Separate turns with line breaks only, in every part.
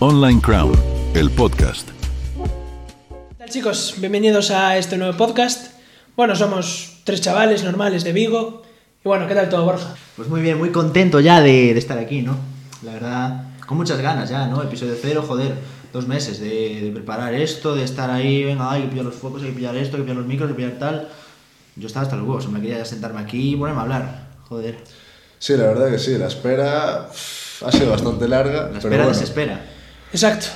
Online Crown, el podcast.
¿Qué tal, chicos? Bienvenidos a este nuevo podcast. Bueno, somos tres chavales normales de Vigo. Y bueno, ¿qué tal todo, Borja?
Pues muy bien, muy contento ya de, de estar aquí, ¿no? La verdad, con muchas ganas ya, ¿no? Episodio cero, joder, dos meses de, de preparar esto, de estar ahí, venga, hay que pillar los focos, hay que pillar esto, hay que pillar los micros, hay que pillar tal. Yo estaba hasta los huevos, me quería ya sentarme aquí y ponerme a hablar, joder.
Sí, la verdad que sí, la espera pff, ha sido bastante larga.
La
pero
espera
bueno.
desespera.
Exacto.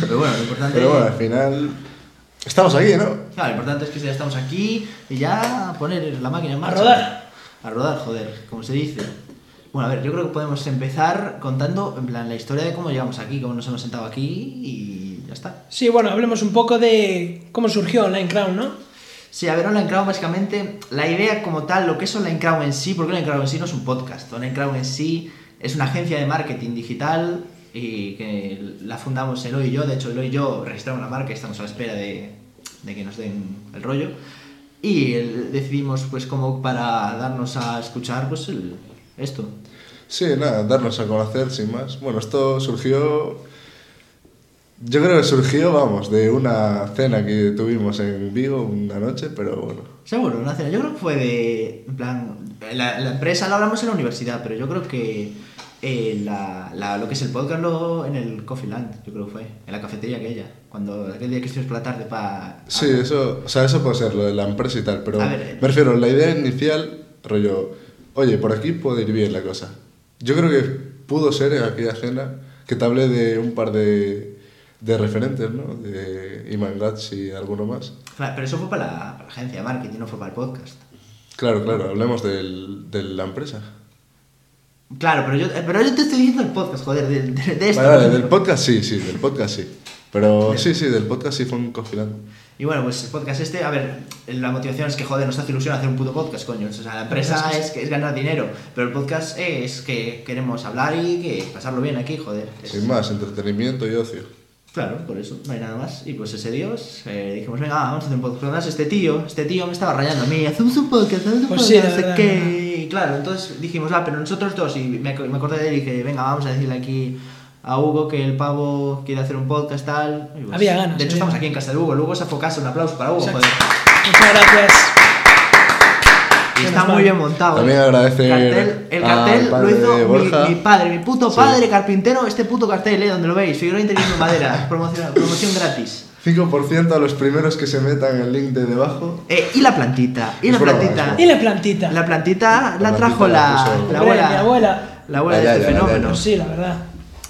Pero bueno, lo importante,
Pero bueno, al final estamos aquí, ¿no?
Claro, lo importante es que ya estamos aquí y ya a poner la máquina en marcha.
rodar.
A rodar, joder, como se dice. Bueno, a ver, yo creo que podemos empezar contando en plan la historia de cómo llegamos aquí, cómo nos hemos sentado aquí y ya está.
Sí, bueno, hablemos un poco de cómo surgió Online Crown, ¿no?
Sí, a ver, Online Crown básicamente, la idea como tal, lo que es Online Crown en sí, porque Online Crown en sí no es un podcast, Online Crown en sí es una agencia de marketing digital y que la fundamos Eloy y yo, de hecho Eloy y yo registramos la marca y estamos a la espera de, de que nos den el rollo y el- decidimos pues como para darnos a escuchar pues el- esto.
Sí, nada, darnos a conocer sin más. Bueno, esto surgió. Yo creo que surgió, vamos, de una cena que tuvimos en Vigo una noche, pero bueno.
Seguro, una cena. Yo creo que fue de. En plan. La, la empresa la hablamos en la universidad, pero yo creo que. eh, la, la- lo que es el podcast lo, en el Coffee Land, yo creo que fue. En la cafetería aquella. Cuando aquel día que estuvimos por la tarde para.
Sí, eso, o sea, eso puede ser lo de la empresa y tal, pero
A ver, eh.
me refiero, la idea inicial, rollo, oye, por aquí puede ir bien la cosa. Yo creo que pudo ser en aquella cena que te hablé de un par de, de referentes, ¿no? De Iman Gatz y alguno más.
Claro, Pero eso fue para la, para la agencia de marketing, no fue para el podcast.
Claro, claro, hablemos del, de la empresa.
Claro, pero yo, eh, pero yo te estoy diciendo el podcast, joder, de, de- de esto.
Vale, vale, del podcast sí, sí, del podcast sí. Pero sí, sí, del podcast sí fue un confinante.
Y bueno, pues el podcast este, a ver, la motivación es que, joder, nos hace ilusión hacer un puto podcast, coño. O sea, la empresa es, que es ganar dinero, pero el podcast es que queremos hablar y que pasarlo bien aquí, joder. Es-
Sin más, entretenimiento y ocio.
Claro, por eso, no hay nada más. Y pues ese dios, eh, dijimos, venga, vamos a hacer un podcast. Además, este tío, este tío me estaba rayando a mí, hacemos un podcast, hacemos un
Pues sí, la
podcast, no sé
verdad,
qué. Y claro, entonces dijimos, ah, pero nosotros dos, y me, ac- me acordé de él y dije, venga, vamos a decirle aquí a Hugo que el pavo quiere hacer un podcast, tal. Y pues,
Había ganas,
De hecho,
había
estamos
ganas.
aquí en casa de Hugo, Luego se afocase, un aplauso para Hugo,
Exacto.
joder.
Muchas gracias.
Y
Menos
está
mal.
muy bien montado.
También agradecer
Cartel- el
al
cartel lo
padre
hizo
de
mi-
Borja.
Mi, padre, mi puto
Sí.
padre carpintero. Este puto cartel, ¿eh? Donde lo veis. Figueroa Interior Madera. Promoción, promoción gratis.
5% a los primeros que se metan el link de debajo
Eh, y la plantita. Y
Es
la
broma,
plantita.
es
Y la plantita.
La plantita la
plantita
trajo
la
la,
puso-
la
Hombre,
abuela.
mi abuela.
La abuela
La
de este
yaya, la
fenómeno.
Pues sí, la verdad.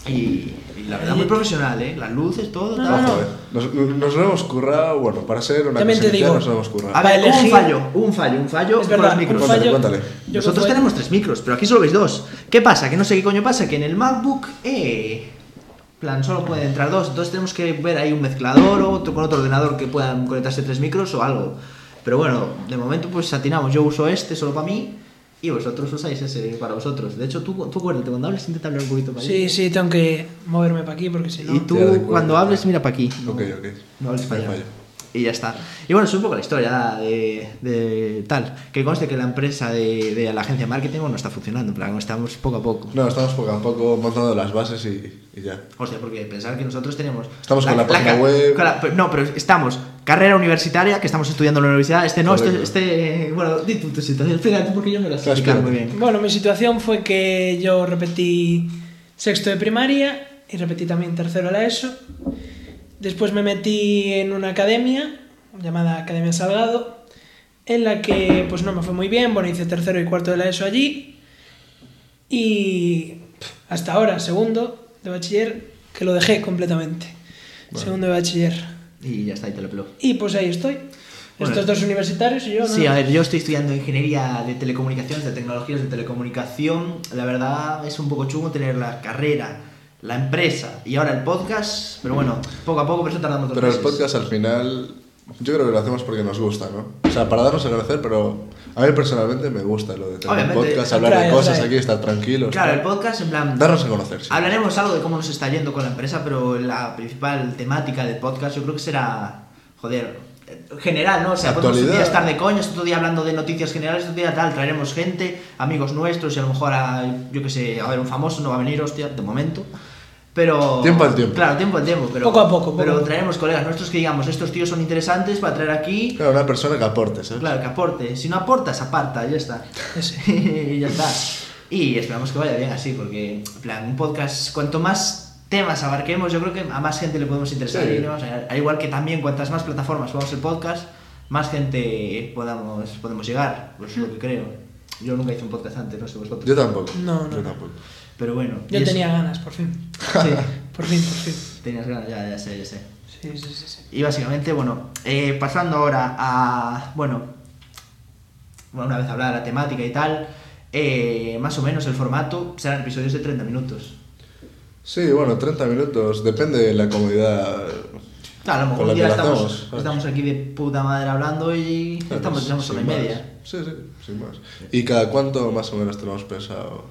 Y, y la verdad, muy profesional, ¿eh? Las luces, todo.
No,
tal.
Ah, no, no.
Joder, eh. Nos, nos lo hemos currado, bueno, para ser una
También
cosa
te
inicial,
digo.
nos lo hemos currado.
A ver,
Para
hubo un
elegir-
fallo, hubo un fallo, un fallo
Es
con
verdad,
los micros.
un
Cuéntale,
fallo.
cuéntale.
yo que
Nosotros
fue-
tenemos tres micros, pero aquí solo veis dos. ¿Qué pasa? Que no sé qué coño pasa, que en el MacBook, eh. plan, solo pueden entrar dos. Entonces tenemos que ver ahí un mezclador o otro con otro ordenador que puedan conectarse tres micros o algo. Pero bueno, de momento pues atinamos. Yo uso este solo para mí y vosotros usáis ese para vosotros. De hecho, tú, tú acuérdate, cuando hables intenta hablar un poquito para
Sí,
allí.
sí, tengo que moverme para aquí porque si no.
Y
Ya de
tú
acuerdo.
cuando hables mira para aquí.
Ok, ok.
No hables para
Ahí
allá.
fallo.
Y ya está. Y bueno, es un poco la historia de, de tal. Que conste que la empresa de, de la agencia de marketing no está funcionando. En plan, estamos poco a poco.
No, estamos poco a poco montando las bases y, y ya.
Hostia, porque pensar que nosotros tenemos.
Estamos con la página
ca-
web.
con la- pero- no, pero estamos. Carrera universitaria, que estamos estudiando en la universidad. Este no, este,
Correcto.
este. Bueno, di tú tu situación. Explícate porque yo no la sé
Claro,
explicar muy
explícate.
bien.
Bueno, mi situación fue que yo repetí sexto de primaria y repetí también tercero a la ESO. Después me metí en una academia llamada Academia Salgado, en la que pues no me fue muy bien. Bueno, hice tercero y cuarto de la ESO allí. Y pf, hasta ahora, segundo de bachiller, que lo dejé completamente. Segundo de bachiller.
Y ya está, y te lo peló.
Y pues ahí estoy.
Bueno.
Estos dos universitarios y yo...
Sí,
¿no?
a ver, yo estoy estudiando ingeniería de telecomunicaciones, de tecnologías de telecomunicación. La verdad es un poco chungo tener la carrera, la empresa y ahora el podcast. Pero bueno, poco a poco, por eso tardamos dos
Pero el
meses.
podcast al final, yo creo que lo hacemos porque nos gusta, ¿no? O sea, para darnos a conocer, pero a mí personalmente me gusta lo de tener un
Obviamente,
podcast, hablar
atrae,
de cosas
atrae.
aquí, estar tranquilos.
Claro, el podcast en plan.
Darnos a conocer, sí.
Hablaremos algo de cómo nos está yendo con la empresa, pero la principal temática del podcast yo creo que será, joder, eh, general, ¿no? O sea, podemos un día
Actualidad.
estar de coños, otro día hablando de noticias generales, otro día tal, traeremos ah, gente, amigos nuestros y a lo mejor a, yo que sé, a ver, un famoso no va a venir, hostia, de momento. Pero.
Tiempo al tiempo.
Claro, tiempo al tiempo. Pero,
Poco a poco, poco a
Pero
poco.
traeremos colegas nuestros que digamos, estos tíos son interesantes para traer aquí.
Claro, una persona que aporte, ¿sabes?
Claro, que aporte. Si no aportas, aparta, ya está.
Ese.
y ya está. Y esperamos que vaya bien así, porque, en plan, un podcast, cuanto más temas abarquemos, yo creo que a más gente le podemos interesar.
Sí.
y le vamos a llegar. al igual que también, cuantas más plataformas subamos el podcast, más gente podamos, podemos llegar, pues es lo que creo. Yo nunca hice un podcast antes, no sé vosotros.
Yo tampoco.
No, no,
Yo
no.
tampoco.
Pero bueno. y
Yo
eso-
tenía ganas, por fin.
Sí,
Por fin, por fin.
tenías ganas, ya, ya sé, ya sé.
Sí, sí, sí. sí.
Y básicamente, bueno, eh, pasando ahora a, bueno, bueno, una vez hablada la temática y tal, eh, más o menos el formato serán episodios de 30 minutos.
Sí, bueno, 30 minutos, depende de la comodidad.
Claro, a lo mejor
Con la
un día
que lo
estamos,
hacemos, claro.
estamos aquí de puta madre hablando y estamos, estamos
sin
hora y
más.
media.
Sí, sí, sin más. ¿Y cada cuánto más o menos tenemos pensado?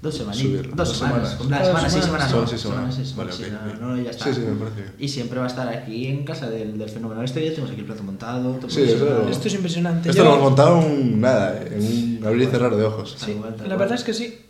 Dos semanas.
Subirlo.
Dos
Dos
semanas.
semanas.
como Una
Dos
semana, seis
semanas.
semanas.
Son
no,
seis semanas. Vale,
sí,
ok,
no,
bien.
no, ya está.
Sí, sí, me parece bien.
Y siempre va a estar aquí en casa del, del fenómeno. Este ya tenemos aquí el plato montado. todo
Sí, eso-
profesional.
Esto es impresionante.
Esto
Yo-
lo hemos montado en nada, ¿eh? en un abrir y cerrar de ojos.
Tal cual, tal
La
cual.
verdad es que sí.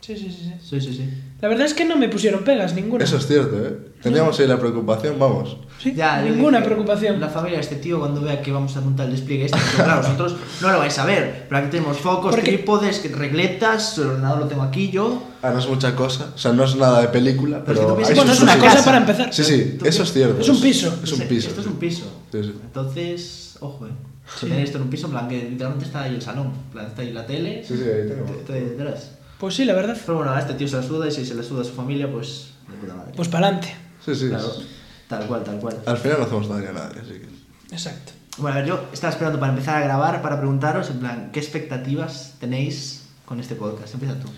Sí, sí, sí, sí.
Sí, sí, sí.
La verdad es que no me pusieron pegas ninguna.
Eso es cierto, ¿eh? Teníamos ahí la preocupación, vamos.
Sí,
Ya, yo
ninguna
dije,
preocupación.
La familia de este tío cuando vea que vamos a montar el despliegue este, pero claro, vosotros no lo vais a ver, pero aquí tenemos focos,
Porque-
trípodes, regletas, el ordenador lo tengo aquí yo.
Ah, no es mucha cosa, o sea, no es nada de película,
Pero es
pero...
que tú piensas-
hay
Bueno,
sus
es una
cositas.
casa para
empezar.
Sí, sí,
Tú
eso es cierto.
Es un piso.
Es un
Entonces,
piso.
Esto es un piso.
Sí, sí.
Entonces, ojo, eh. Si tenéis esto en un piso, en plan que literalmente está ahí el salón, en plan está ahí la tele,
Sí, sí, ahí tenemos.
está ahí detrás.
Pues sí, la verdad.
Pero bueno, a este tío se la suda y si se la suda a su familia, pues de puta madre.
Pues para adelante.
Sí, sí.
claro, tal cual, tal cual.
Al final no hacemos daño a nadie, así que...
Exacto.
Bueno, a ver, yo estaba esperando para empezar a grabar, para preguntaros, en plan, ¿qué expectativas tenéis con este podcast? Empieza tú.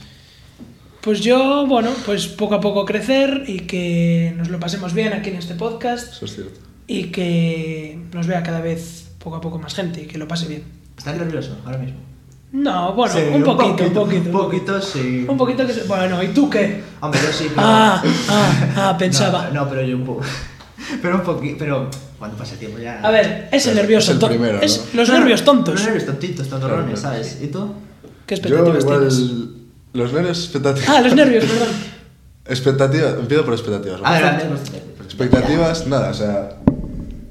Pues yo, bueno, pues poco a poco crecer y que nos lo pasemos bien aquí en este podcast
Eso es cierto.
y que nos vea cada vez poco a poco más gente y que lo pase bien.
¿Estás nervioso ahora mismo?
No, bueno,
Sí,
un, poquito, un poquito,
Un poquito, sí.
Un poquito que se... Bueno, ¿y tú qué?
Hombre, yo sí, pero...
Ah, ah, ah, pensaba.
No, no, pero yo un poco... Pero un poquito, pero cuando pasa el tiempo ya...
A ver, es el
Es
nervioso
el
ton-
primero,
es
¿no?
Los
No, no,
nervios tontos.
Los nervios tontitos, tontorrones,
Claro, claro,
¿sabes? ¿Y tú?
¿Qué
Yo
expectativas
igual...
tienes?
Los nervios, expectativas...
Ah, los nervios, perdón.
Expectativas, empiezo por expectativas. ¿no?
Adelante.
Expectativas, nada, o sea,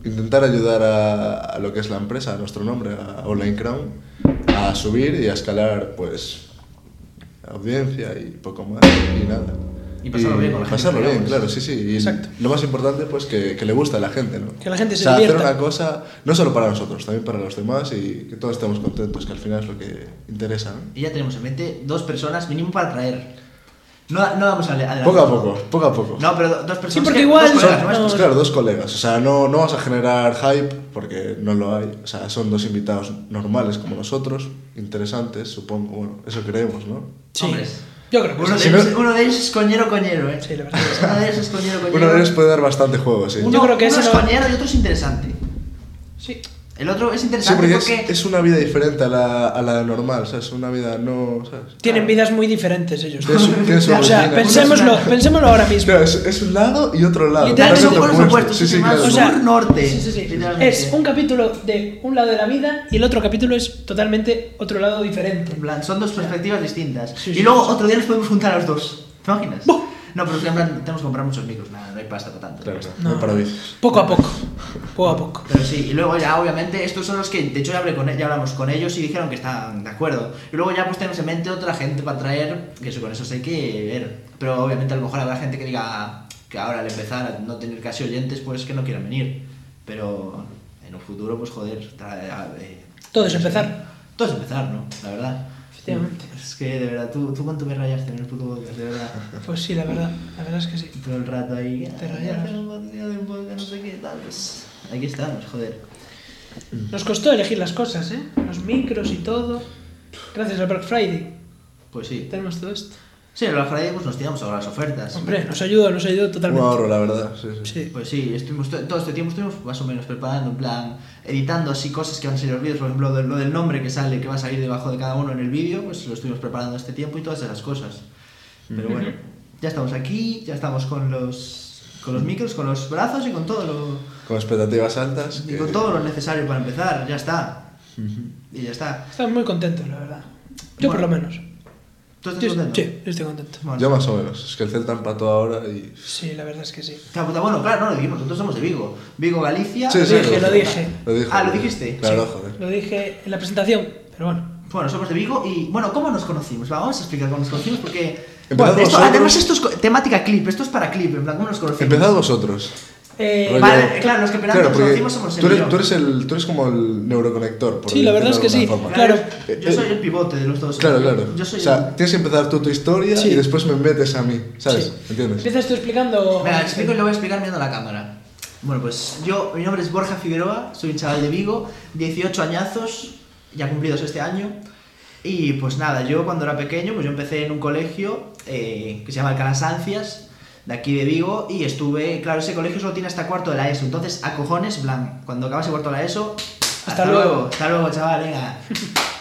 intentar ayudar a, a lo que es la empresa, a nuestro nombre, a Online Crown, a subir y a escalar, pues, audiencia y poco más, y nada.
Y pasarlo bien con la gente,
pasarlo bien,
digamos.
claro, sí, sí. y
Exacto.
Lo más importante, pues, que, que le guste a la gente, ¿no?
Que la gente se
O sea, hacer
divierta.
una cosa, no solo para nosotros, también para los demás y que todos estemos contentos, que al final es lo que interesa, ¿no?
Y ya tenemos en mente dos personas mínimo para traer. No, no vamos a adelantar.
Poco a poco, poco a poco.
No, pero dos personas...
Sí, porque
que-
igual-
dos colegas
Son-
nuestros.
Pues claro, dos colegas. O sea, no, no vas a generar hype porque no lo hay. O sea, son dos invitados normales como nosotros, interesantes, supongo. Bueno, eso creemos, ¿no?
Sí.
Hombres.
Yo creo que
Uno,
sí.
Si
de ellos,
no-
uno de ellos es coñero coñero, eh.
Sí, la verdad.
Uno de ellos es coñero coñero.
Uno de ellos puede dar bastante juego, sí.
Uno-
Yo creo que
uno
ese
es
no-
coñero y otro es interesante.
Sí.
El otro es
Sí,
interesante
porque es,
porque.
es una vida diferente a la, a la normal. O sea, es una vida no. ¿sabes?
Tienen vidas muy diferentes ellos.
Tiene su- tiene su
o sea,
rutina.
pensémoslo, pensémoslo ahora mismo.
Claro, es, es un lado y otro lado.
Literal,
totalmente
son
polos
opuestos.
opuestos,
Sí, sí,
es más-
claro.
O sea,
Sur-norte,
sí, sí, sí.
literalmente.
Es un capítulo de un lado de la vida y el otro capítulo es totalmente otro lado diferente.
En plan, son dos perspectivas distintas.
Sí,
y
sí,
luego
sí.
otro día nos podemos juntar a los dos. ¿Te imaginas?
Buh.
No, pero es que en plan, tenemos que comprar muchos micros, nada, no hay pasta para tanto.
Claro,
No.
no hay parabrisas.
Poco a poco. Poco a poco.
Pero sí, y luego ya obviamente estos son los que, de hecho ya, hablé con, e, ya hablamos con ellos y dijeron que estaban de acuerdo. Y luego ya pues tenemos en mente otra gente para traer, que eso con eso hay que ver. Pero obviamente a lo mejor habrá gente que diga que ahora al empezar a no tener casi oyentes pues que no quieran venir. Pero en un futuro pues joder, trae, a- eh,
Todo es empezar.
Todo es empezar, ¿no? La verdad. Mm,
Efectivamente.
Es que de verdad, tú, tú cuánto me rayaste en el puto podcast, de verdad.
Pues sí, la verdad. La verdad es que sí.
Todo el rato ahí.
Te
"Ah,
rayaron".
hacer un podcast, un podcast, no sé qué tal. Pues aquí estamos, joder.
Mm.
Nos costó elegir las cosas, ¿eh? Los micros y todo. Gracias al Black Friday
Pues sí.
tenemos todo esto.
Sí, en la Friday pues nos tiramos ahora las ofertas.
Hombre, nos ayudó, nos ayudó
Un
totalmente.
ahorro, la verdad. Sí, sí.
Sí.
Pues sí, estuvimos to- todo este tiempo estuvimos más o menos preparando, en plan, editando así cosas que van a salir en los vídeos, por ejemplo, de- lo del nombre que sale, que va a salir debajo de cada uno en el vídeo, pues lo estuvimos preparando este tiempo y todas esas cosas. Pero bueno, ya estamos aquí, ya estamos con los, con los micros, con los brazos y con todo lo,
Con expectativas altas.
y con
que-
todo lo necesario para empezar, ya está. Y ya está.
Estamos muy contentos, la verdad. Yo por lo
Bueno.
menos.
¿Tú estás
Yo,
contento?
sí, yo estoy contento.
Bueno.
Yo más o menos. Es que el Celta empató ahora y.
Sí, la verdad es que sí.
Claro, puta, Bueno, claro, no lo dijimos, nosotros somos de Vigo. Vigo, Galicia.
Sí, sí,
dije, lo dije.
Lo dijo.
Ah, ¿lo dijiste?
Claro,
Sí.
joder.
Lo dije en la presentación, pero bueno.
Bueno, somos de Vigo y, bueno, ¿cómo nos conocimos? Va, Vamos a explicar cómo nos conocimos porque...
Empezad
Bueno, esto-
vosotros.
además esto es co- temática clip, esto es para clip, en plan, ¿cómo nos conocimos?
Empezad vosotros.
Eh,
Rollo-
vale, claro, los que empezamos nos
porque
conocimos somos el
tú eres,
mío.
tú, eres el, tú eres como el neuroconector. Por
Sí, la verdad
decirlo
es que
de
sí.
alguna forma.
Claro.
Yo soy el pivote de los dos.
Eh, Claro, claro.
Yo soy
o sea,
el...
tienes que empezar tú tu historia
Sí.
y después me metes a mí, ¿sabes?
Sí.
¿Entiendes?
Empiezas tú explicando.
Venga, explico y lo voy a explicar mirando la cámara. Bueno, pues yo, mi nombre es Borja Figueroa, soy un chaval de Vigo, 18 añazos, ya cumplidos este año. Y pues nada, yo cuando era pequeño, pues yo empecé en un colegio eh, que se llama Alcalá Sancias, de aquí de Vigo, y estuve, claro, ese colegio solo tiene hasta cuarto de la ESO, entonces a cojones, en plan, cuando acabas el cuarto de la ESO, hasta,
luego.
hasta luego, chaval, venga,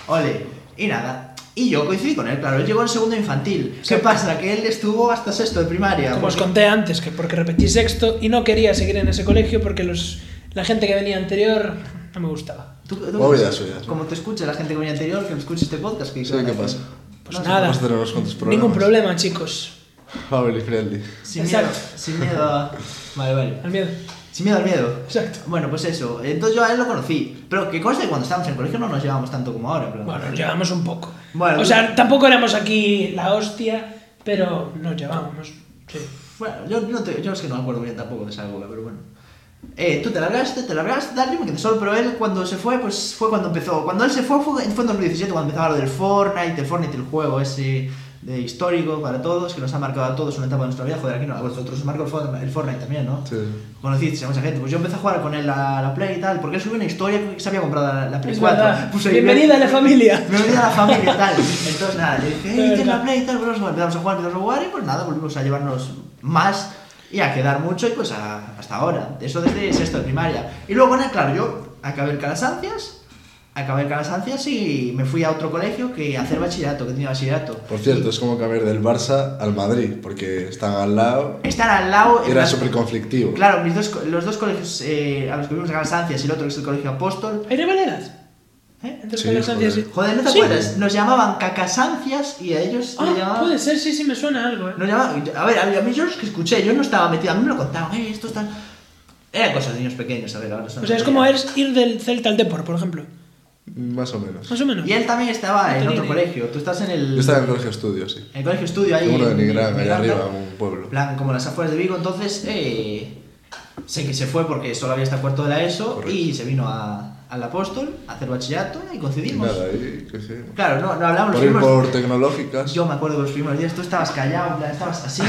ole, y nada. Y yo coincidí con él, claro, él llegó en segundo infantil. ¿Qué
Sí.
pasa? Que él estuvo hasta sexto de primaria.
Como os
porque-
conté antes, que porque repetí sexto y no quería seguir en ese colegio porque los, la gente que venía anterior no me gustaba.
¿Tú, tú-
Obvias, obvias.
Como te escucha la gente que venía anterior, que escucha este podcast. Que
Sí, ¿qué pasa?
Pues
No,
nada,
Vamos a tener unos cuantos problemas.
ningún problema, chicos.
Family friendly.
Sin
Exacto.
miedo, sin miedo a... Vale, vale.
Al miedo.
Sin miedo al miedo.
Exacto.
Bueno, pues eso. Entonces yo a él lo conocí. Pero que conste que cuando estábamos en el colegio no nos llevábamos tanto como ahora. Pero...
Bueno, nos llevamos un poco.
Bueno.
o sea,
pues-
tampoco éramos aquí la hostia, pero nos llevábamos. Sí.
Bueno, yo, no te- yo es que no me acuerdo bien tampoco de esa época, pero bueno. Eh, tú te largaste, te largaste, tal, yo me quedé solo, pero él cuando se fue, pues fue cuando empezó. Cuando él se fue, fue, fue en 2017 cuando empezaba lo del Fortnite, el Fortnite, el juego ese de histórico para todos, que nos ha marcado a todos una etapa de nuestra vida. Joder, aquí no, a vosotros os marcó el Fortnite, el Fortnite también, ¿no?
Sí.
Conociste a mucha gente. Pues yo empecé a jugar con él a la Play y tal, porque él subió una historia que se había comprado la, la Play
Es
4.
verdad.
Puse ahí,
Bienvenida a la familia.
Bienvenida a la familia y tal. Entonces nada, le dije,
Es
hey, ¿tienes la
verdad.
Play? y tal, pues empezamos a jugar, empezamos a jugar y pues nada, volvimos a llevarnos más y a quedar mucho y pues a- hasta ahora. Eso desde sexto de primaria. Y luego, bueno, claro, yo acabé el Calasancias, acabé el Calasancias y me fui a otro colegio que a hacer bachillerato, que tenía bachillerato.
Por cierto, es como cambiar del Barça al Madrid, porque están al lado
Estar al lado... en
y era
la-
súper conflictivo.
Claro, mis dos co- los dos colegios eh, a los que vimos a Calasancias y el otro que es el colegio Apóstol.
¿Hay rivalidad?
¿eh?
Entre
Sí,
los colegios
joder.
y-
Joder, ¿no te
Sí.
acuerdas? Nos llamaban cacasancias y a ellos le
Ah,
llamaban...
puede ser, sí, sí, me suena algo. eh.
No llamaba- a ver, a mí, a mí yo los que escuché, yo no estaba metido, a mí me lo contaban, eh, esto está... Eran cosas de niños pequeños, a ver, ahora son-
O sea, es como eres ir del Celta al Depor, por ejemplo.
Más o menos.
Más o menos.
Y él también estaba en
tenía
otro
ni-
colegio, tú estás en el...
Yo estaba en el colegio estudio, sí.
en el colegio estudio ahí...
Uno de
en-
Nigrán,
en Nigrán,
allá arriba,
¿no?
un pueblo.
plan, como las afueras de Vigo, entonces eh, sé que se fue porque solo había hasta cuarto de la ESO
Correcto.
y se vino a, al apóstol a hacer bachillerato y
Y
coincidimos.
nada, ahí coincidimos.
Claro, no, no hablamos
Por
los
ir
primeros-
por tecnológicas.
Yo me acuerdo de los primeros días, tú estabas callado, en plan, estabas así.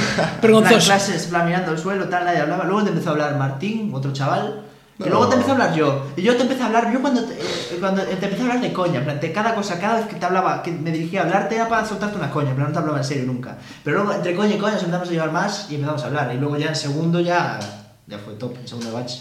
Vergonzoso.
En plan, clases, en plan, mirando al suelo, tal, nadie hablaba. Luego te empezó a hablar Martín, otro chaval. Y
No.
luego te empezó a hablar yo. Y yo te empecé a hablar, yo cuando te, eh, cuando te empecé a hablar de coña, en plan, de cada cosa, cada vez que te hablaba, que me dirigía a hablarte era para soltarte una coña, en plan, no te hablaba en serio nunca. Pero luego, entre coña y coña, nos empezamos a llevar más y empezamos a hablar. Y luego ya en segundo ya, ya fue top, en segundo batch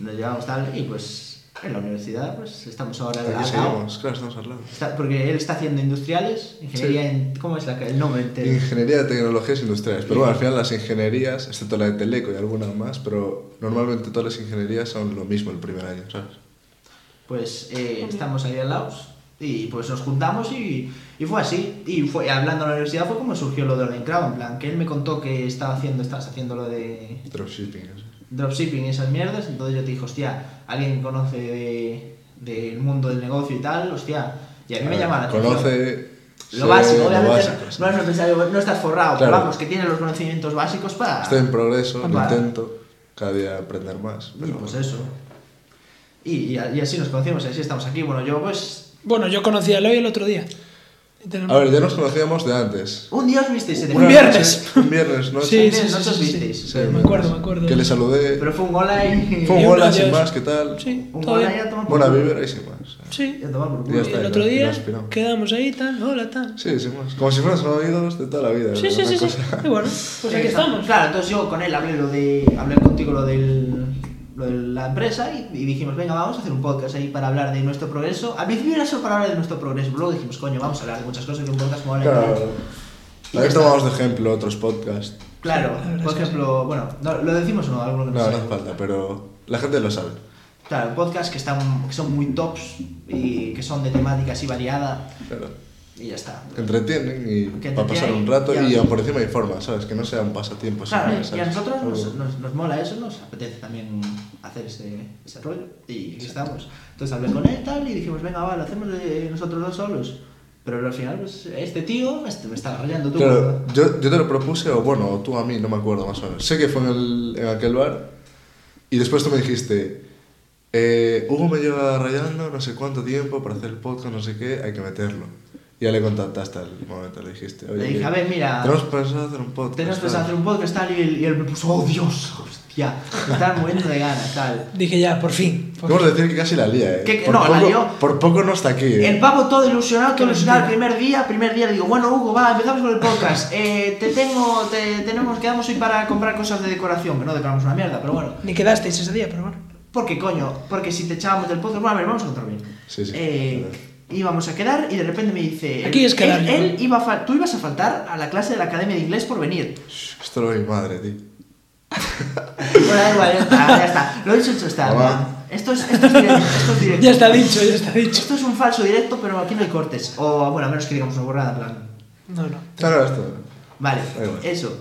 nos llevamos tal y pues en la universidad pues estamos ahora en la
Aquí
ACAO.
seguimos, claro, estamos al lado.
Está- porque él está haciendo industriales, ingeniería en. ¿Cómo es la, ca- el nombre? entero?
Ingeniería de tecnologías industriales. Pero bueno, al final las ingenierías, excepto la de Teleco y algunas más, pero normalmente todas las ingenierías son lo mismo el primer año, ¿sabes?
Pues eh, estamos ahí al lado y pues nos juntamos y, y fue así. Y fue hablando en la universidad fue como surgió lo de Online Crowd, en plan, que él me contó que estaba haciendo, estabas haciendo lo de
Dropshipping. así.
dropshipping y esas mierdas, entonces yo te dije, hostia, alguien conoce de- del mundo del negocio y tal, hostia, y a mí me
ver,
llama la atención.
Conoce.
Lo básico,
sé, lo
obviamente,
básico, sí.
no, eres empresario, no estás forrado, pero
Claro.
vamos, que tiene los conocimientos básicos para...
Estoy en progreso, lo
Vale.
intento. Cada día aprender más.
Y
Pero
pues eso. Y, y- y así nos conocimos, y así estamos aquí. Bueno, yo pues...
Bueno, yo conocí a Eloy el otro día. Y tenemos-
A ver, ya nos conocíamos de antes.
Un día os visteis eh, en el
Una
Un viernes.
noche- un viernes, ¿no?
Sí,
sí,
sí,
no
sí,
os
sí,
visteis.
sí.
Sí,
me acuerdo, me acuerdo.
Que le saludé.
Pero fue un hola y...
Fue un
Y un
hola sin
adiós.
más, ¿qué tal?
Sí,
Un
todo
hola y
bien.
a tomar por
Buena
culo.
vibra y sin más.
Sí.
Y a tomar por
Ya
culo.
está,
el
y
otro
nos- y
día
nos piramos.
quedamos ahí, tal, hola, tal.
Sí, sin más. Como si fuéramos amigos de toda la vida.
Sí, sí,
una
sí, sí.
cosa.
Y bueno,
Sí,
pues aquí estamos.
Claro, entonces yo con él hablé lo de... Hablé contigo lo del... Lo de la empresa y, y dijimos, venga, vamos a hacer un podcast ahí para hablar de nuestro progreso. Al principio era solo para hablar de nuestro progreso, pero luego dijimos, coño, vamos a hablar de muchas cosas que un podcast como ahora.
Claro. También tomamos de ejemplo otros podcasts.
Claro,
La verdad
por
es que
ejemplo, bueno, no, lo decimos o no, alguno que
No, no
sabe.
hace falta, pero la gente lo sabe.
Claro, podcasts que, están, que son muy tops y que son de temática así variada.
Claro.
Y ya está.
Que entretienen y
Que
para pasar
entretienen
un rato
y-
y, por encima hay forma, ¿sabes? Que no sea un pasatiempo.
Claro,
sino,
y a
¿sabes?
nosotros nos,
Algo-
nos, nos mola eso, nos apetece también hacer ese, ese rollo. Y aquí estamos. Entonces hablé con él tal, y dijimos, venga, va, lo hacemos de nosotros dos solos. Pero al final, pues, este tío me, est- me estaba rayando tú.
Claro, yo, yo te lo propuse, o bueno, o tú a mí, no me acuerdo más o menos. Sé que fue en, el- en aquel bar y después tú me dijiste, eh, Hugo me lleva rayando no sé cuánto tiempo para hacer el podcast, no sé qué, hay que meterlo. Y ya le contactaste al momento, le dijiste, oye,
Le dije,
que
a ver, mira,
tenemos pensado hacer un podcast.
Tenemos pensado
tal".
pues, hacer un podcast tal, y él, y él me puso, oh Dios, hostia, me estaba muriendo de ganas tal.
Dije ya, por fin. por
Vamos a
fin.
decir que casi la lía, ¿eh?
Que- que
por,
no, la
poco,
lió.
por poco no está aquí, ¿eh?
El pavo todo ilusionado, todo
Qué
ilusionado el
mentira.
primer día, primer día le digo, bueno Hugo, va, empezamos con el podcast. Eh, te tengo, te tenemos, quedamos hoy para comprar cosas de decoración, que no decoramos una mierda, pero bueno.
Ni quedasteis ese día, pero bueno.
Porque coño, porque si te echábamos del podcast, bueno, a ver, vamos a contar bien.
Sí, sí,
Eh,
claro.
íbamos a quedar y de repente me dice,
Aquí es quedar,
él,
¿no?
él iba a fal- tú ibas a faltar a la clase de la Academia de Inglés por venir.
Shh, Esto lo ve mi madre, tío.
Bueno, da igual, ya está, ya está. Lo dicho, hecho está.
Hola.
Esto es, esto es directo, esto es directo.
Ya está dicho, ya está dicho.
Esto es un falso directo, pero aquí no hay cortes. O bueno, a menos que digamos una borrada, en plan.
No, no.
Claro, esto.
Vale,
Da igual.
eso.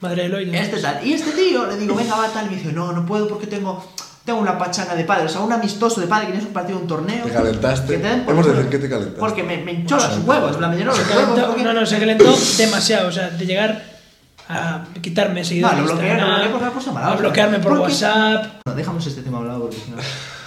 Madre de Eloy. ya.
Este tal. Y este tío le digo, venga, va tal. Y me dice, no, no puedo porque tengo, tengo una pachanga de padre. O sea, un amistoso de padre que tienes un partido, un torneo.
Te calentaste.
Que te den por
Hemos de
culo.
decir que te calentaste. Pues
Porque me, me hinchó los huevos, en plan, me llenó
Se
los huevos.
calentó-
porque-
no, no, se calentó demasiado. O sea, de llegar a quitarme seguidores.
No, lo
de
bloqueé, lo
Instagram,
bloqueé por la cosa mala,
A
o sea,
bloquearme por
¿por qué?
WhatsApp.
No, dejamos este tema hablado porque si no.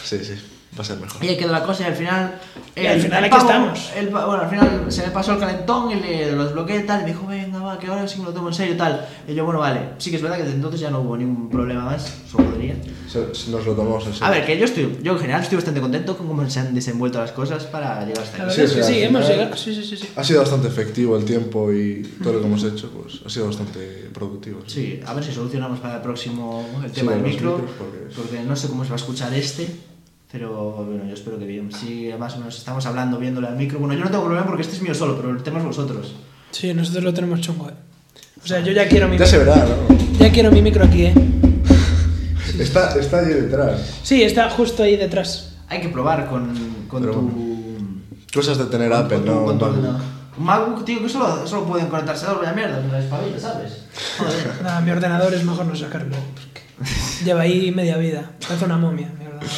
Sí, sí, va a ser mejor.
Y ahí quedó la cosa y al final...
Y al final aquí estamos.
el pa- bueno, al final se me pasó el calentón y le los bloqueé tal. Y me dijo, venga, va, que ahora sí me lo tomo en serio tal. Y yo, bueno, vale. Sí que es verdad que desde entonces ya no hubo ningún problema más. Solo podría.
Se- se nos lo tomamos en serio.
A ver, que yo estoy... Yo en general estoy bastante contento con cómo se han desenvuelto las cosas para llegar hasta
La verdad
aquí.
Sí,
es
o
que
sea,
sí,
al
hemos
final-
llegado. Sí, sí, sí. sí.
Ha sido bastante efectivo el tiempo y todo lo que hemos hecho, pues ha sido bastante productivo.
Sí, a ver si solucionamos para el próximo el
Sí,
tema del
los
micro,
micros, porque-
porque no sé cómo se va a escuchar este, pero bueno, yo espero que bien. Sí, más o menos estamos hablando, viéndole al micro. Bueno, yo no tengo problema porque este es mío solo, pero el tema es vosotros.
Sí, nosotros lo tenemos chungo, eh. O sea, yo ya quiero mi
Ya se verá, ¿no?
ya quiero mi micro aquí, eh.
Está, está allí detrás.
Sí, está justo ahí detrás.
Hay que probar con, con
Pero
tu...
Cosas de tener
con
Apple,
tu-
¿no?
con tu-
Mac.
Un MacBook, tío, que solo, solo pueden conectarse a dos, vaya mierda, no es pavilla, ¿sabes? Joder.
Nada, mi ordenador es mejor no sacarlo. porque lleva ahí media vida. Parece una momia, mi ordenador.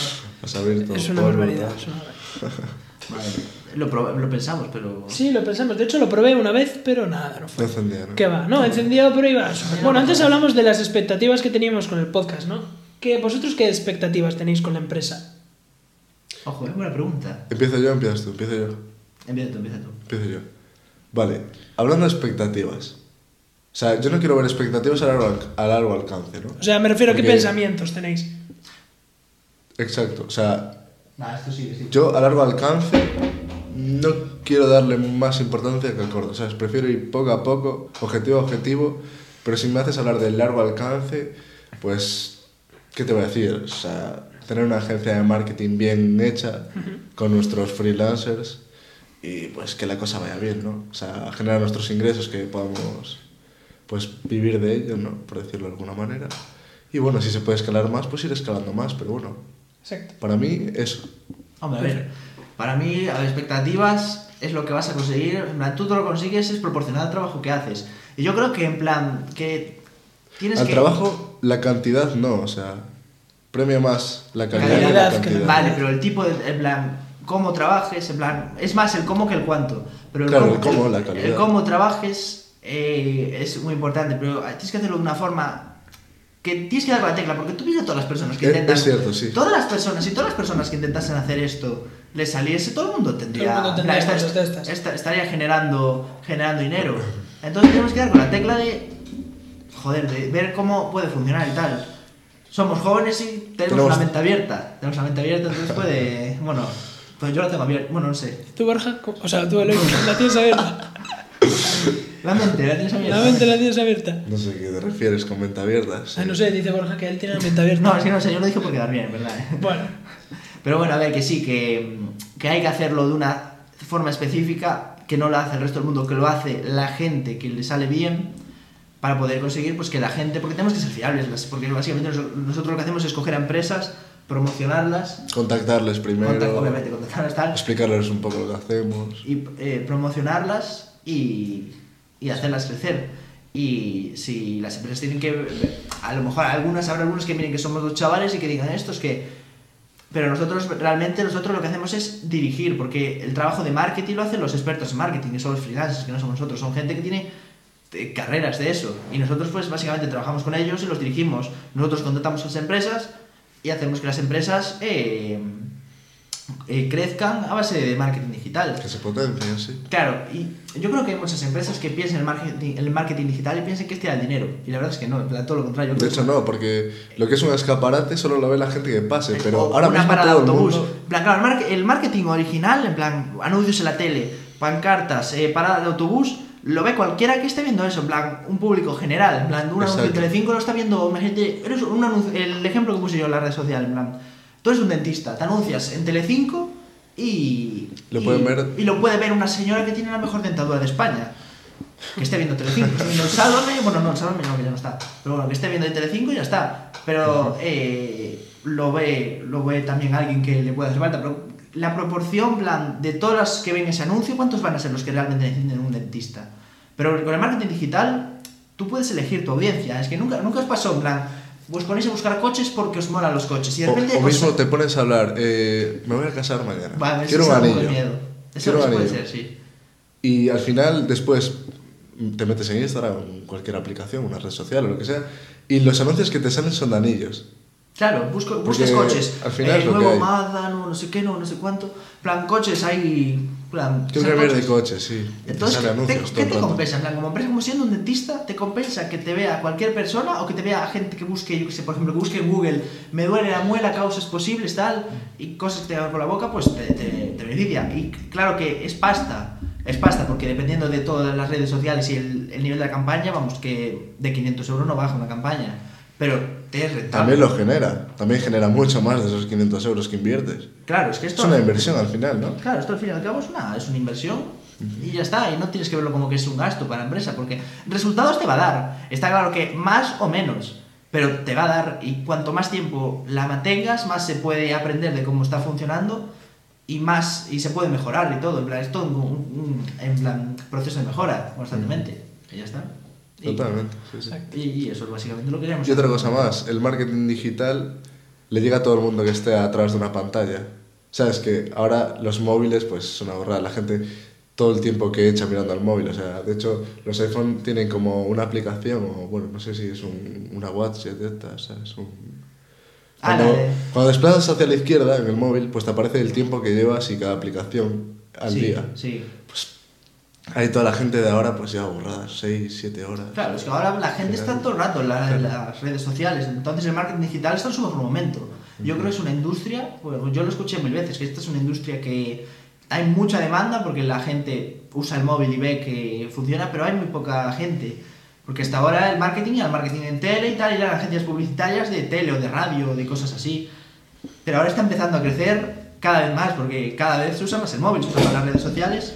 A saber todo.
Es una
polvo,
barbaridad.
tal.
es una barbaridad.
Vale, lo, prob- lo pensamos, pero...
Sí, lo pensamos. De hecho, lo probé una vez, pero nada, no
No
fue.
encendía, ¿no?
¿Qué va? No, encendido, pero iba. súper- Bueno, antes hablamos de las expectativas que teníamos con el podcast, ¿no? ¿Qué, ¿Vosotros qué expectativas tenéis con la empresa?
Ojo, es buena pregunta.
Empiezo yo, empiezas tú, empiezo yo.
Empieza tú, empieza tú.
Empiezo yo. Vale, hablando de expectativas. O sea, yo no quiero ver expectativas a largo, alc- a largo alcance, ¿no?
O sea, me refiero a qué
Porque-
pensamientos tenéis.
Exacto, o sea,
Nada, esto sigue, sí.
Yo a largo alcance no quiero darle más importancia que al corto. O sea, prefiero ir poco a poco, objetivo a objetivo, pero si me haces hablar del largo alcance, pues, ¿qué te voy a decir? O sea, tener una agencia de marketing bien hecha con nuestros freelancers y pues que la cosa vaya bien, ¿no? O sea, generar nuestros ingresos que podamos pues vivir de ello, ¿no? Por decirlo de alguna manera. Y bueno, si se puede escalar más, pues ir escalando más, pero bueno,
Exacto.
para mí eso.
Hombre, a ver, para mí, a ver, expectativas es lo que vas a conseguir. En plan, tú todo lo consigues es proporcional al trabajo que haces. Y yo creo que, en plan, que tienes
Al
que.
trabajo, la cantidad no, o sea, premia más la calidad, que la
Calidad que la-
cantidad.
Vale, pero el tipo, de, en plan, cómo trabajes, en plan, es más el cómo que el cuánto. Pero el
Claro,
cómo,
el cómo, la calidad.
el cómo trabajes eh, es muy importante, pero tienes que hacerlo de una forma que tienes que dar con la tecla, porque tú ves a todas las personas que
Eh, Es-
intentan.
es cierto, sí.
Todas las personas, si todas las personas que intentasen hacer esto les saliese, todo el mundo tendría.
Todo el mundo
en plan,
tendría
esta-
cosas de estas.
esta- estaría generando, generando dinero. Entonces tenemos que dar con la tecla de. Joder, de ver cómo puede funcionar y tal. Somos jóvenes y tenemos,
Tenemos-
la mente abierta. Tenemos la mente abierta, entonces puede. Bueno, pues yo la tengo abierta. Bueno, no sé.
¿Tú, Borja? ¿Cómo- O sea, tú, Eloy, la tienes abierta.
La mente, la tienes abierta.
La mente la tienes abierta.
No sé a qué te refieres con venta abierta. sí.
Ah, no sé, dice Borja que él tiene la mente abierta.
No, es que no sé, yo lo dije por quedar bien, ¿verdad?
Bueno,
Pero bueno, a ver, que sí, que, que hay que hacerlo de una forma específica, que no lo hace el resto del mundo, que lo hace la gente que le sale bien, para poder conseguir pues que la gente, porque tenemos que ser fiables, las- porque básicamente nos- nosotros lo que hacemos es coger a empresas promocionarlas,
Contactarles primero.
contact- obviamente contactarlas tal,
Explicarles un poco lo que hacemos.
y eh, promocionarlas y, y hacerlas crecer. Y si las empresas tienen que. A lo mejor algunas habrá algunos que miren que somos dos chavales y que digan esto, es que. Pero nosotros, realmente, nosotros lo que hacemos es dirigir, porque el trabajo de marketing lo hacen los expertos en marketing, que son los freelancers, que no somos nosotros, son gente que tiene eh, carreras de eso. Y nosotros, pues, básicamente trabajamos con ellos y los dirigimos. Nosotros contratamos a las empresas y hacemos que las empresas eh, eh, crezcan a base de marketing digital.
Que se potencien, sí.
Claro, y yo creo que hay muchas empresas que piensan en el marketing, el marketing digital y piensan que es tirar dinero. Y la verdad es que no, en plan, todo lo contrario.
De hecho, no, porque lo que es un escaparate solo lo ve la gente que pase, pero
O
ahora
una
mismo
parada
todo el
de autobús.
mundo...
En plan, claro, el, mar- el marketing original, en plan, anuncios en la tele, pancartas, eh, parada de autobús, lo ve cualquiera que esté viendo eso, en plan, un público general. En plan, un anuncio de
Exacto.
Telecinco lo está viendo una gente. eres un anuncio- el ejemplo que puse yo en la red social, en plan, tú eres un dentista, te anuncias en Telecinco y.
Lo
y-
pueden ver-
Y lo puede ver una señora que tiene la mejor dentadura de España. Que esté viendo Telecinco, esté viendo el Sálvame, bueno, no, el Sálvame no, que ya no está. Pero bueno, que esté viendo el Telecinco y ya está. Pero eh, lo, ve, lo ve también alguien que le puede hacer falta. Pero la proporción, plan, de todas las que ven ese anuncio, ¿cuántos van a ser los que realmente necesiten un dentista? Pero con el marketing digital, tú puedes elegir tu audiencia. Es que nunca, nunca os pasó, en plan, vos ponéis a buscar coches porque os molan los coches. Y de
O,
repente...
o
os-
mismo te pones a hablar, eh, me voy a casar mañana,
Vale, eso
quiero
es
un
algo de
anillo,
miedo. Eso,
quiero un
eso puede ser,
anillo.
sí.
Y al final, después, te metes en Instagram, en cualquier aplicación, una red social o lo que sea, y los anuncios que te salen son de anillos.
Claro, busco,
Porque
buscas coches.
al final
Eh,
es lo que
nuevo
hay.
Mazda, no, no sé qué, no, no sé cuánto. plan, coches hay. plan,
Quiero
son
cambiar
coches.
de coche, sí. y te
Entonces,
salen
¿qué,
anuncios
te,
todo
qué
el
te
rato.
compensa? En plan, como empresa, como siendo un dentista, ¿te compensa que te vea cualquier persona o que te vea gente que busque, yo que sé, por ejemplo, que busque en Google, me duele la muela, causas posibles, tal, y cosas que te hagan por la boca, pues te, te- te beneficia. Y claro que es pasta, es pasta, porque dependiendo de todas las redes sociales y el, el nivel de la campaña, vamos, que de 500 euros no baja una campaña, pero te es rentable.
También lo genera, también genera mucho más de esos 500 euros que inviertes.
Claro, es que esto.
Es una inversión al final, ¿no?
Claro, esto al fin y al cabo es una, es una inversión y ya está, y no tienes que verlo como que es un gasto para la empresa, porque resultados te va a dar. Está claro que más o menos, pero te va a dar, y cuanto más tiempo la mantengas, más se puede aprender de cómo está funcionando y más y se puede mejorar y todo. En plan, es todo un, un- un- en plan, proceso de mejora constantemente. Y ya está. Y,
Totalmente. sí, sí.
Y, y eso es básicamente lo que queremos.
Y otra cosa más, el marketing digital le llega a todo el mundo que esté atrás de una pantalla. Sabes que ahora los móviles pues son ahorrar la gente todo el tiempo que echa mirando al móvil, o sea, de hecho los iPhone tienen como una aplicación o bueno, no sé si es un, una watch de estas, ¿sabes? Un-
Ah, la
Cuando,
de-
cuando desplazas hacia la izquierda en el móvil, pues te aparece el tiempo que llevas y cada aplicación al
Sí,
día.
Sí.
Hay toda la gente de ahora pues ya borrada, 6, 7 horas.
Claro, es que ahora la gente está todo el rato en, la- en las redes sociales, entonces el marketing digital está en su mejor momento. Yo creo que es una industria, bueno, yo lo escuché mil veces, que esta es una industria que hay mucha demanda porque la gente usa el móvil y ve que funciona, pero hay muy poca gente. Porque hasta ahora el marketing era el marketing en tele y tal, y eran agencias publicitarias de tele o de radio, de cosas así. Pero ahora está empezando a crecer cada vez más, porque cada vez se usa más el móvil, se usan más las redes sociales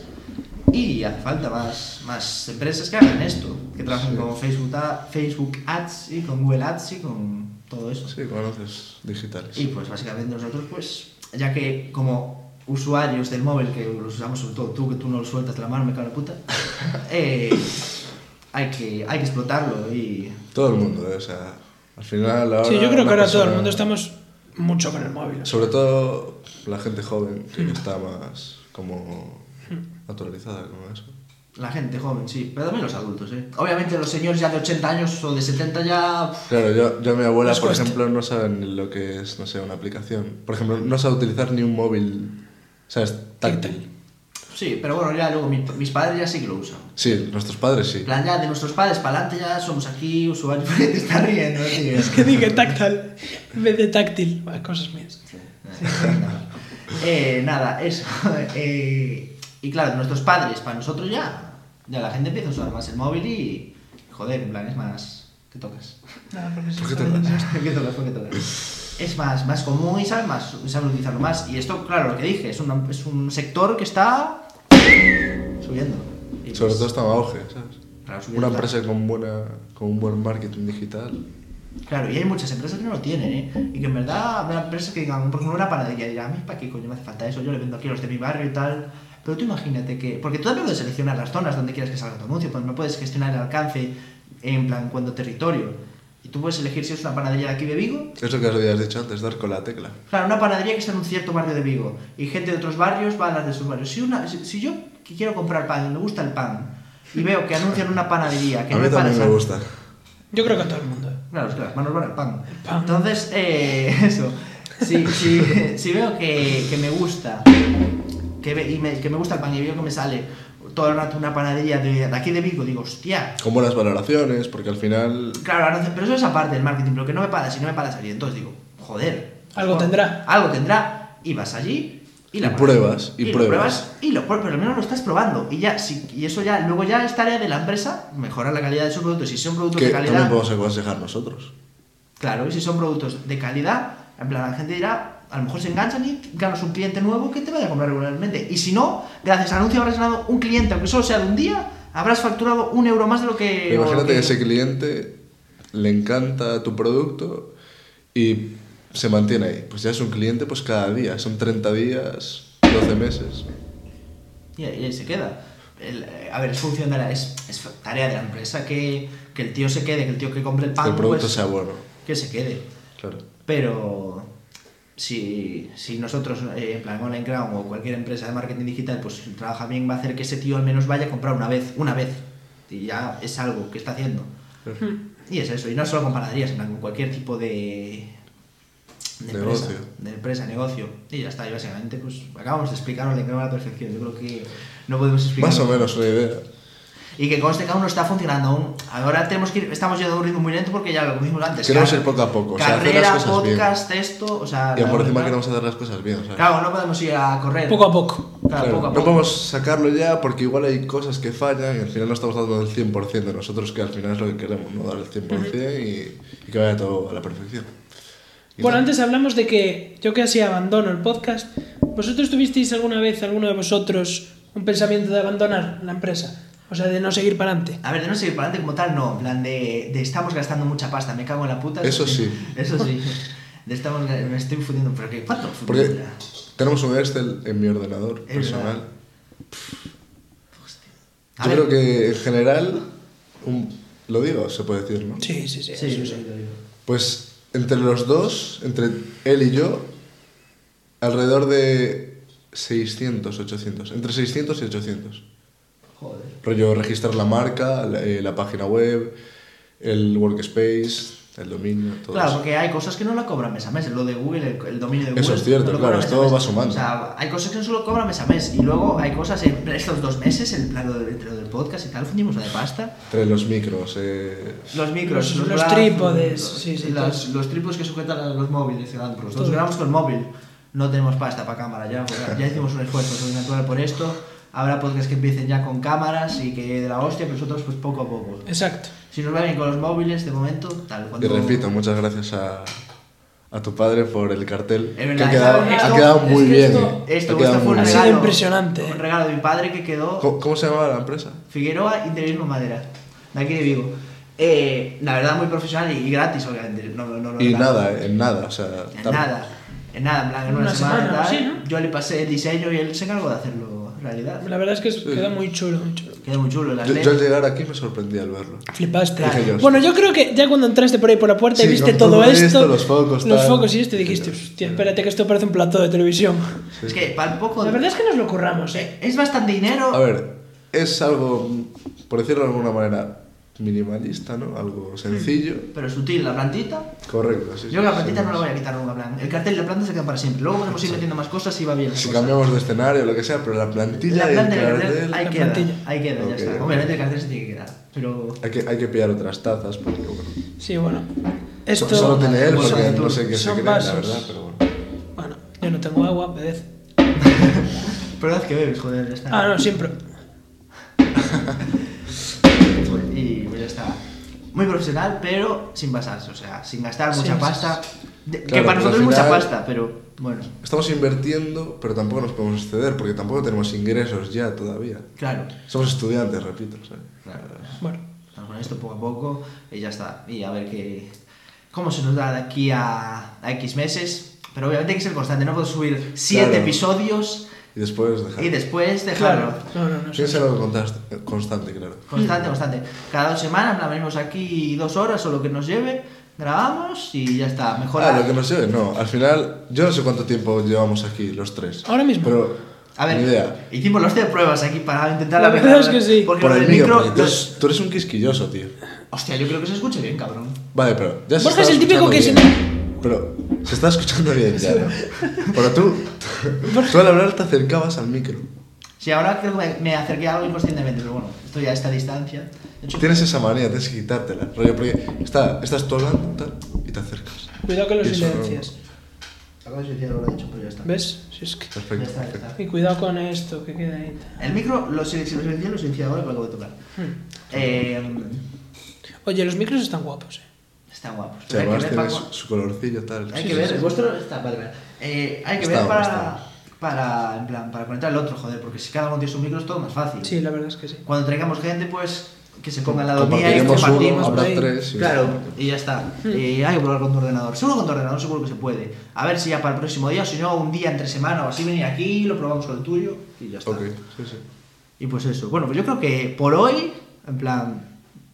y hace falta más, más empresas que hagan esto, que trabajen
Sí.
con Facebook, a- Facebook Ads y con Google Ads y con todo eso.
Sí, con anuncios digitales.
Y pues básicamente nosotros, pues, ya que como usuarios del móvil, que los usamos sobre todo tú, que tú no lo sueltas de la mano, me cago en la puta, eh, hay, que, hay que explotarlo y...
Todo el mundo, ¿eh? o sea, al final ahora...
Sí, yo creo que
una
ahora todo el
persona-
mundo estamos mucho con el móvil.
Sobre todo la gente joven, que
Hmm.
está más como naturalizada como eso.
La gente joven, sí, pero también los adultos, ¿eh? Obviamente los señores ya de 80 años o de 70 ya... pf,
Claro, yo, yo a mi abuela,
Nos
por
cuesta.
ejemplo, no sabe ni lo que es, no sé, una aplicación. Por ejemplo, no sabe utilizar ni un móvil, ¿sabes? Táctil.
Sí, pero bueno, ya luego mi- mis padres ya sí que lo usan.
Sí, nuestros padres sí.
En plan, ya de nuestros padres para adelante ya somos aquí usuarios. Te estás riendo, tío.
Es que dije táctil en vez de táctil. Bah, cosas mías.
Eh, nada, eso. Eh, y claro, de nuestros padres para nosotros ya. Ya la gente empieza a usar más el móvil y. Joder, en plan, es más. Te tocas.
Nada, porque se
¿Por qué te
está ¿eh?
lo-
leyendo.
¿Qué tocas? ¿Por qué tocas? Es más, más común y saben más, saben utilizarlo más. Y esto, claro, lo que dije, es, una- es un sector que está subiendo. Y,
Sobre
pues,
todo está en auge, ¿sabes?
claro, subiendo,
Una
claro.
empresa con, buena, con un buen marketing digital
Claro, y hay muchas empresas que no lo tienen, ¿eh? Y que en verdad habrá empresas que digan, por ejemplo, una panadería dirá, a mí para qué coño me hace falta eso, yo le vendo aquí a los de mi barrio y tal. Pero tú imagínate que, porque tú también puedes seleccionar las zonas donde quieres que salga tu anuncio, pues no puedes gestionar el alcance en plan cuando territorio. Y tú puedes elegir si es una panadería de aquí de Vigo.
Eso que os habías dicho antes, dar con la tecla.
Claro, una panadería que está en un cierto barrio de Vigo y gente de otros barrios va a las de sus barrios. Si, una, si, si yo que quiero comprar pan y me gusta el pan y veo que anuncian una panadería que
a
no
mí
es para
también me
esa-
gusta.
Yo creo que a todo el mundo.
Claro, es que las manos van al pan.
pan.
Entonces, eh, eso. Si, si, si veo que, que me gusta que, ve- y me, que me gusta el pan y veo que me sale todo el rato una panadería de, de aquí de Vigo, digo, hostia.
Con buenas valoraciones, porque al final
Claro, ahora no- pero eso es aparte del marketing, pero que no me para, si no me para salir. Entonces digo, joder.
Algo tendrá.
Algo tendrá. Y vas allí y la
Y
pagas.
pruebas, y
lo
pruebas.
y lo pruebas, pero al menos lo estás probando. Y ya, si, y eso ya, luego ya es tarea de la empresa mejorar la calidad de su producto. Si son productos
que
de calidad.
también podemos aconsejar nosotros.
Claro, y si son productos de calidad, en plan, la gente dirá, a lo mejor se enganchan y ganas un cliente nuevo que te vaya a comprar regularmente. Y si no, gracias al anuncio habrás ganado un cliente, aunque solo sea de un día, habrás facturado un euro más de lo que...
Pero
o lo
imagínate
que-
que ese cliente le encanta tu producto y se mantiene ahí. Pues ya es un cliente pues cada día, son 30 días, 12 meses.
Y ahí, y ahí se queda. El- eh, a ver, es función de la... Es, es tarea de la empresa que, que el tío se quede, que el tío que compre el pan,
Que el producto
pues,
sea bueno.
que se quede.
Claro.
Pero si, si nosotros, eh, en plan Online Crown o cualquier empresa de marketing digital, pues trabaja bien, va a hacer que ese tío al menos vaya a comprar una vez, una vez. Y ya es algo que está haciendo. Y es eso, y no solo con panaderías, en plan, con cualquier tipo de. de
Negocio.
Empresa, de empresa, negocio. Y ya está, y básicamente, pues acabamos de explicar Online Crown a la perfección. Yo creo que no podemos explicar.
Más o menos una idea.
Y que conste que aún no está funcionando. Aún. Ahora tenemos que ir, estamos yendo a un ritmo muy lento porque ya lo dijimos antes.
Queremos
car-
ir poco a poco, o sea, hacer
Carrera,
las cosas bien.
podcast, esto, o sea.
Y
la-
por encima queremos hacer las cosas bien. ¿sabes?
Claro, no podemos ir a correr.
Poco a poco.
Claro,
Claro,
poco a
no
poco.
podemos sacarlo ya porque igual hay cosas que fallan y al final no estamos dando el 100% de nosotros, que al final es lo que queremos, ¿no? Dar el 100% y, y que vaya todo a la perfección. Y
Bueno,
tal.
antes hablamos de que yo casi abandono el podcast. ¿Vosotros tuvisteis alguna vez, alguno de vosotros, un pensamiento de abandonar la empresa? O sea, de no seguir para adelante.
A ver, de no seguir para adelante como tal, no. En plan de, de estamos gastando mucha pasta, me cago en la puta.
Eso
Eso sí. De estamos, ga- me estoy fundiendo. ¿Pero qué? ¿Cuánto?
Porque
fundido ya?
tenemos un Excel en mi ordenador
Es
personal.
verdad. A
Yo
ver.
creo que en general, un- lo digo, se puede decir, ¿no?
Sí, sí, sí.
Sí,
eso
sí,
sí.
sí, lo digo.
Pues entre los dos, entre él y yo, alrededor de 600, 800. Entre 600 y 800.
Joder.
Rollo registrar la marca, la, eh, la página web, el workspace, el dominio, todo
Claro,
eso.
porque hay cosas que no la cobran mes a mes. Lo de Google, el, el dominio de Google.
Eso es cierto,
no lo
claro,
cobran mes
esto
a mes.
va sumando.
O sea, hay cosas que no solo cobran mes a mes. Y luego hay cosas, en estos dos meses, en plan lo de- entre lo del podcast y tal, fundimos la de pasta.
Entre los micros, eh,
Los micros,
Los- los
brazos,
trípodes,
los-
sí, sí,
los,
todo.
los trípodes que sujetan a los móviles. ¿verdad? Porque Nosotros
Todo.
grabamos con móvil, no tenemos pasta para cámara ya, pues, ya hicimos un esfuerzo sobrenatural por esto. Habrá podcasts que empiecen ya con cámaras y que de la hostia, pero nosotros pues poco a poco.
Exacto.
Si nos va bien con los móviles, de momento, tal.
Y
Cuando...
repito, muchas gracias a, a tu padre por el cartel.
Es
que
verdad,
ha quedado,
esto-
ha quedado
es
muy
que
bien.
Esto,
eh.
esto-
Ha quedado
esto fue
muy
un
Ha
bien.
sido
regalo.
impresionante.
Un regalo de mi padre que quedó.
¿Cómo, cómo se llamaba la empresa?
Figueroa Interiorismo Madera, de aquí de Vigo. Eh, la verdad, muy profesional y, y gratis, obviamente. No, no, no,
Y
no-
nada, eh, en nada. O sea,
En
tam-
nada, en nada, en plan, en una,
Una
semana,
semana,
tal,
sí, ¿no?
yo le pasé el diseño y él se encargó de hacerlo realidad.
La verdad es que es- queda muy chulo, muy chulo.
Quedó muy chulo, las
Yo,
letras.
yo al llegar aquí me sorprendí al verlo.
Flipaste.
Dije yo,
Bueno, yo creo que ya cuando entraste por ahí por la puerta y
Sí,
viste
con
todo,
todo
esto,
esto, los focos,
los
tal.
focos y esto, dijiste, hostia, espérate que esto parece un plató de televisión.
Es que para el poco...
La verdad es que nos lo curramos, ¿eh?
es bastante dinero.
A ver, es algo, por decirlo de alguna manera, minimalista, ¿no? Algo sencillo.
Pero sutil, la plantita.
Correcto, sí.
Yo la
sí,
plantita
sí.
no la voy a quitar nunca, en plan. El cartel y la planta se quedan para siempre. Luego podemos ir metiendo más cosas y va bien. la
Si
cosa.
cambiamos de escenario o lo que sea, pero la plantilla
la
del
planta y el
cartel.
cartel, ahí
La
queda.
plantilla.
Ahí queda,
Ok,
ya
ok.
está. Obviamente el cartel se tiene que quedar. Pero.
Hay que, hay que pillar otras tazas porque, bueno.
Sí, bueno. Esto...
solo tiene él
Son-
porque no sé qué se
son
cree, la
vasos.
verdad, pero bueno.
Bueno, yo no tengo agua, bebed.
Pero haz que bebes, joder, ya está.
Ah, no, siempre.
Y pues ya está. Muy profesional, pero sin pasarse, o sea, sin gastar
Sí,
mucha
sí,
pasta. De-
Claro,
que para
pero
nosotros
al
es mucha
final-
pasta, pero bueno,
Estamos invirtiendo, pero tampoco nos podemos exceder porque tampoco tenemos ingresos ya todavía.
claro.
Somos estudiantes, repito. ¿sabes?
claro.
Bueno.
Vamos con esto poco a poco y ya está. Y a ver qué, cómo se nos da de aquí a, a X meses, pero obviamente hay que ser constante, no puedo subir 7
Claro.
episodios
Y después dejar.
y después dejarlo.
Claro, no, no, no.
Sí,
sé.
es algo constante, constante, claro.
Constante, constante. Cada dos semanas la venimos aquí dos horas o lo que nos lleve, grabamos y ya está. Mejor
Ah, lo que nos lleve, no. Al final, yo no sé cuánto tiempo llevamos aquí, los tres.
Ahora mismo.
Pero,
A ver,
ni idea.
hicimos los de pruebas aquí para intentar
La verdad es que sí.
Porque
Por
los
el
del
micro,
micro.
porque tú,
los-
eres- tú eres un quisquilloso, tío.
Hostia, yo creo que se escucha bien, cabrón.
Vale, pero ya se
Borja
está
es el típico que
escuchando
se-
bien. Pero se está escuchando bien ya, ¿no? Pero tú, tú al hablar te acercabas al micro.
Sí, ahora creo que me- me acerqué a algo inconscientemente, pero bueno, estoy a esta distancia. De hecho,
Tienes esa manía, tienes que quitártela. Rollo, porque está, estás tú hablando tal, y te acercas.
Cuidado con los
Eso no-
silencias.
acabo de decir ahora, de hecho, pero ya está.
¿Ves? Si es que...
Ya
Perfecto.
está, ya
perfecto.
está.
Y cuidado con esto, que queda ahí.
El micro lo silencié, lo silencié, lo silencié ahora que lo acabo de tocar.
Hmm.
Eh,
Oye, los micros están guapos, eh.
están guapos.
O
Pero
sea, además
hay que ver,
tiene
para-
su, su colorcillo tal.
hay
Sí,
que
sí,
ver,
sí.
el vuestro está. Vale, vale. Eh, hay que
Está
ver
bueno,
para,
está bueno.
para, en plan, para conectar el otro, joder, porque si cada uno tiene su micro es todo más fácil.
Sí, la verdad es que sí.
Cuando traigamos gente, pues que se ponga al lado mía y
Compartiremos uno, Mm.
compartimos por
habrá
ahí.
tres y-
este claro, y ya está. Eh, hay que probar con tu ordenador. Seguro con tu ordenador, seguro que se puede. A ver si ya para el próximo día, o si no, un día entre semana o así, venir aquí, lo probamos con el tuyo y ya está.
Ok, sí, sí.
Y pues eso. Bueno, pues yo creo que por hoy, en plan,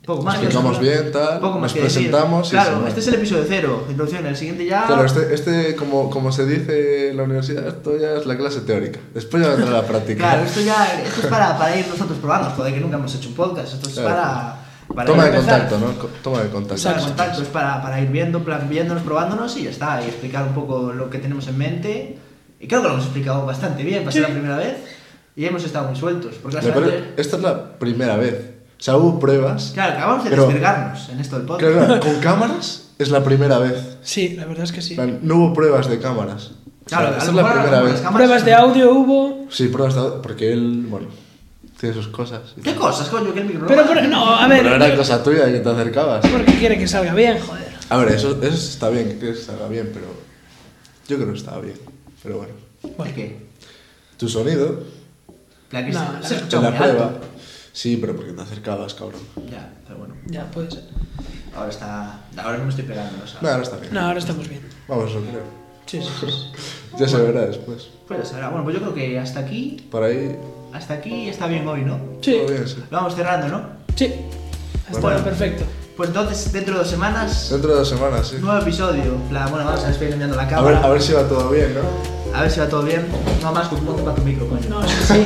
poco
Nos
más. que
explicamos
decir.
bien, tal,
Poco más
nos
que decir.
presentamos y se
Claro,
va.
este es el episodio cero. Introducción, el siguiente ya.
Claro, este, este como, como se dice en la universidad, esto ya es la clase teórica. Después ya vendrá la práctica.
Claro, esto ya esto es para, para ir nosotros probando, joder, que nunca hemos hecho un podcast. Esto es
Claro.
para, para
Toma
ir
de
empezar.
contacto, ¿no? Co- Toma de contacto.
O sea, contacto es para, para ir viendo, en plan, viéndonos, probándonos y ya está, y explicar un poco lo que tenemos en mente. Y creo que lo hemos explicado bastante bien, para ser la primera vez, y hemos estado muy sueltos. Porque la
Me
semana
pare-
que-
Esta es la primera vez. O sea, hubo pruebas.
Claro, acabamos de
Pero-
desvergarnos en esto del podcast.
Claro, claro, con cámaras es la primera vez.
Sí, la verdad es que
En
sí.
plan, No hubo pruebas de cámaras. O sea,
Claro, a
esta
lo
es la
mejor
primera
con las
vez.
cámaras-
Pruebas de audio hubo.
Sí, pruebas de audio, porque él, bueno, tiene sus cosas. y
¿Qué
tal.
cosas, coño? Que el micrófono.
Pero, pero no, ah. a ver.
Pero era
yo-
cosa tuya que te acercabas.
Porque quiere que salga bien, joder.
A ver, eso, eso está bien, que quieres que salga bien, pero. Yo creo que estaba bien. Pero bueno.
¿De qué?
Tu sonido,
La que
No,
se-
la
se
verdad.
en
escuchaba
la
muy
prueba.
alto.
Sí, pero porque te acercabas, cabrón.
Ya, pero bueno,
Ya, pues, puede ser.
ahora está. Ahora no me estoy pegando, o sea.
No, ahora está bien.
No, ahora estamos bien.
Vamos, lo creo.
Sí, sí, sí.
Ya se verá después.
Pues ahora, bueno, pues yo creo que hasta aquí,
Por ahí.
hasta aquí está bien hoy, ¿no?
Sí,
Todo bien, sí.
Lo vamos cerrando, ¿no?
sí. Hasta
Bueno.
ahora, perfecto.
Pues entonces, dentro de dos semanas,
Dentro de dos semanas, sí.
Nuevo episodio. En plan, bueno, vamos a despedir mirando la
A ver,
cámara.
a ver si va todo bien, ¿no?
A ver si va todo bien. No más, pues ponte para tu micro, coño.
No, sí, sí.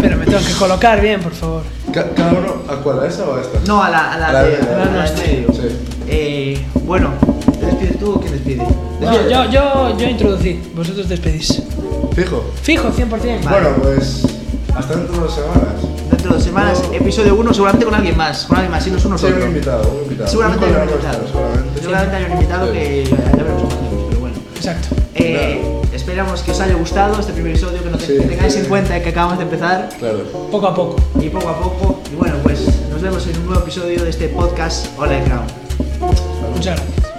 Pero me tengo que colocar bien, por favor.
Ca- ¿Cada uno a cuál? ¿A esa o a esta?
No, a la, a la,
A la
de,
de-
a la de en medio.
Sí.
Eh, bueno, ¿te despides tú o quién despide?
No,
Despide.
yo, yo, yo introducí. Vosotros despedís.
Fijo.
Fijo, 100%.
Vale.
Bueno, pues. Hasta dentro de dos semanas.
Dentro de dos semanas,
Yo-
episodio 1, seguramente con alguien más. Con alguien más, si no es uno
Sí,
solo.
un invitado, un invitado.
Seguramente
Un
hay un
colega
invitado.
nuestro, seguramente.
Seguramente hay un invitado
Sí.
que ya veremos cómo hacemos, pero bueno.
Exacto.
Eh, esperamos que os haya gustado este primer episodio, que, no te-
Sí.
que tengáis en cuenta eh, que acabamos de empezar.
Claro.
Poco a poco.
y poco a poco. Y bueno, pues nos vemos en un nuevo episodio de este podcast Hola Crown.
Muchas gracias.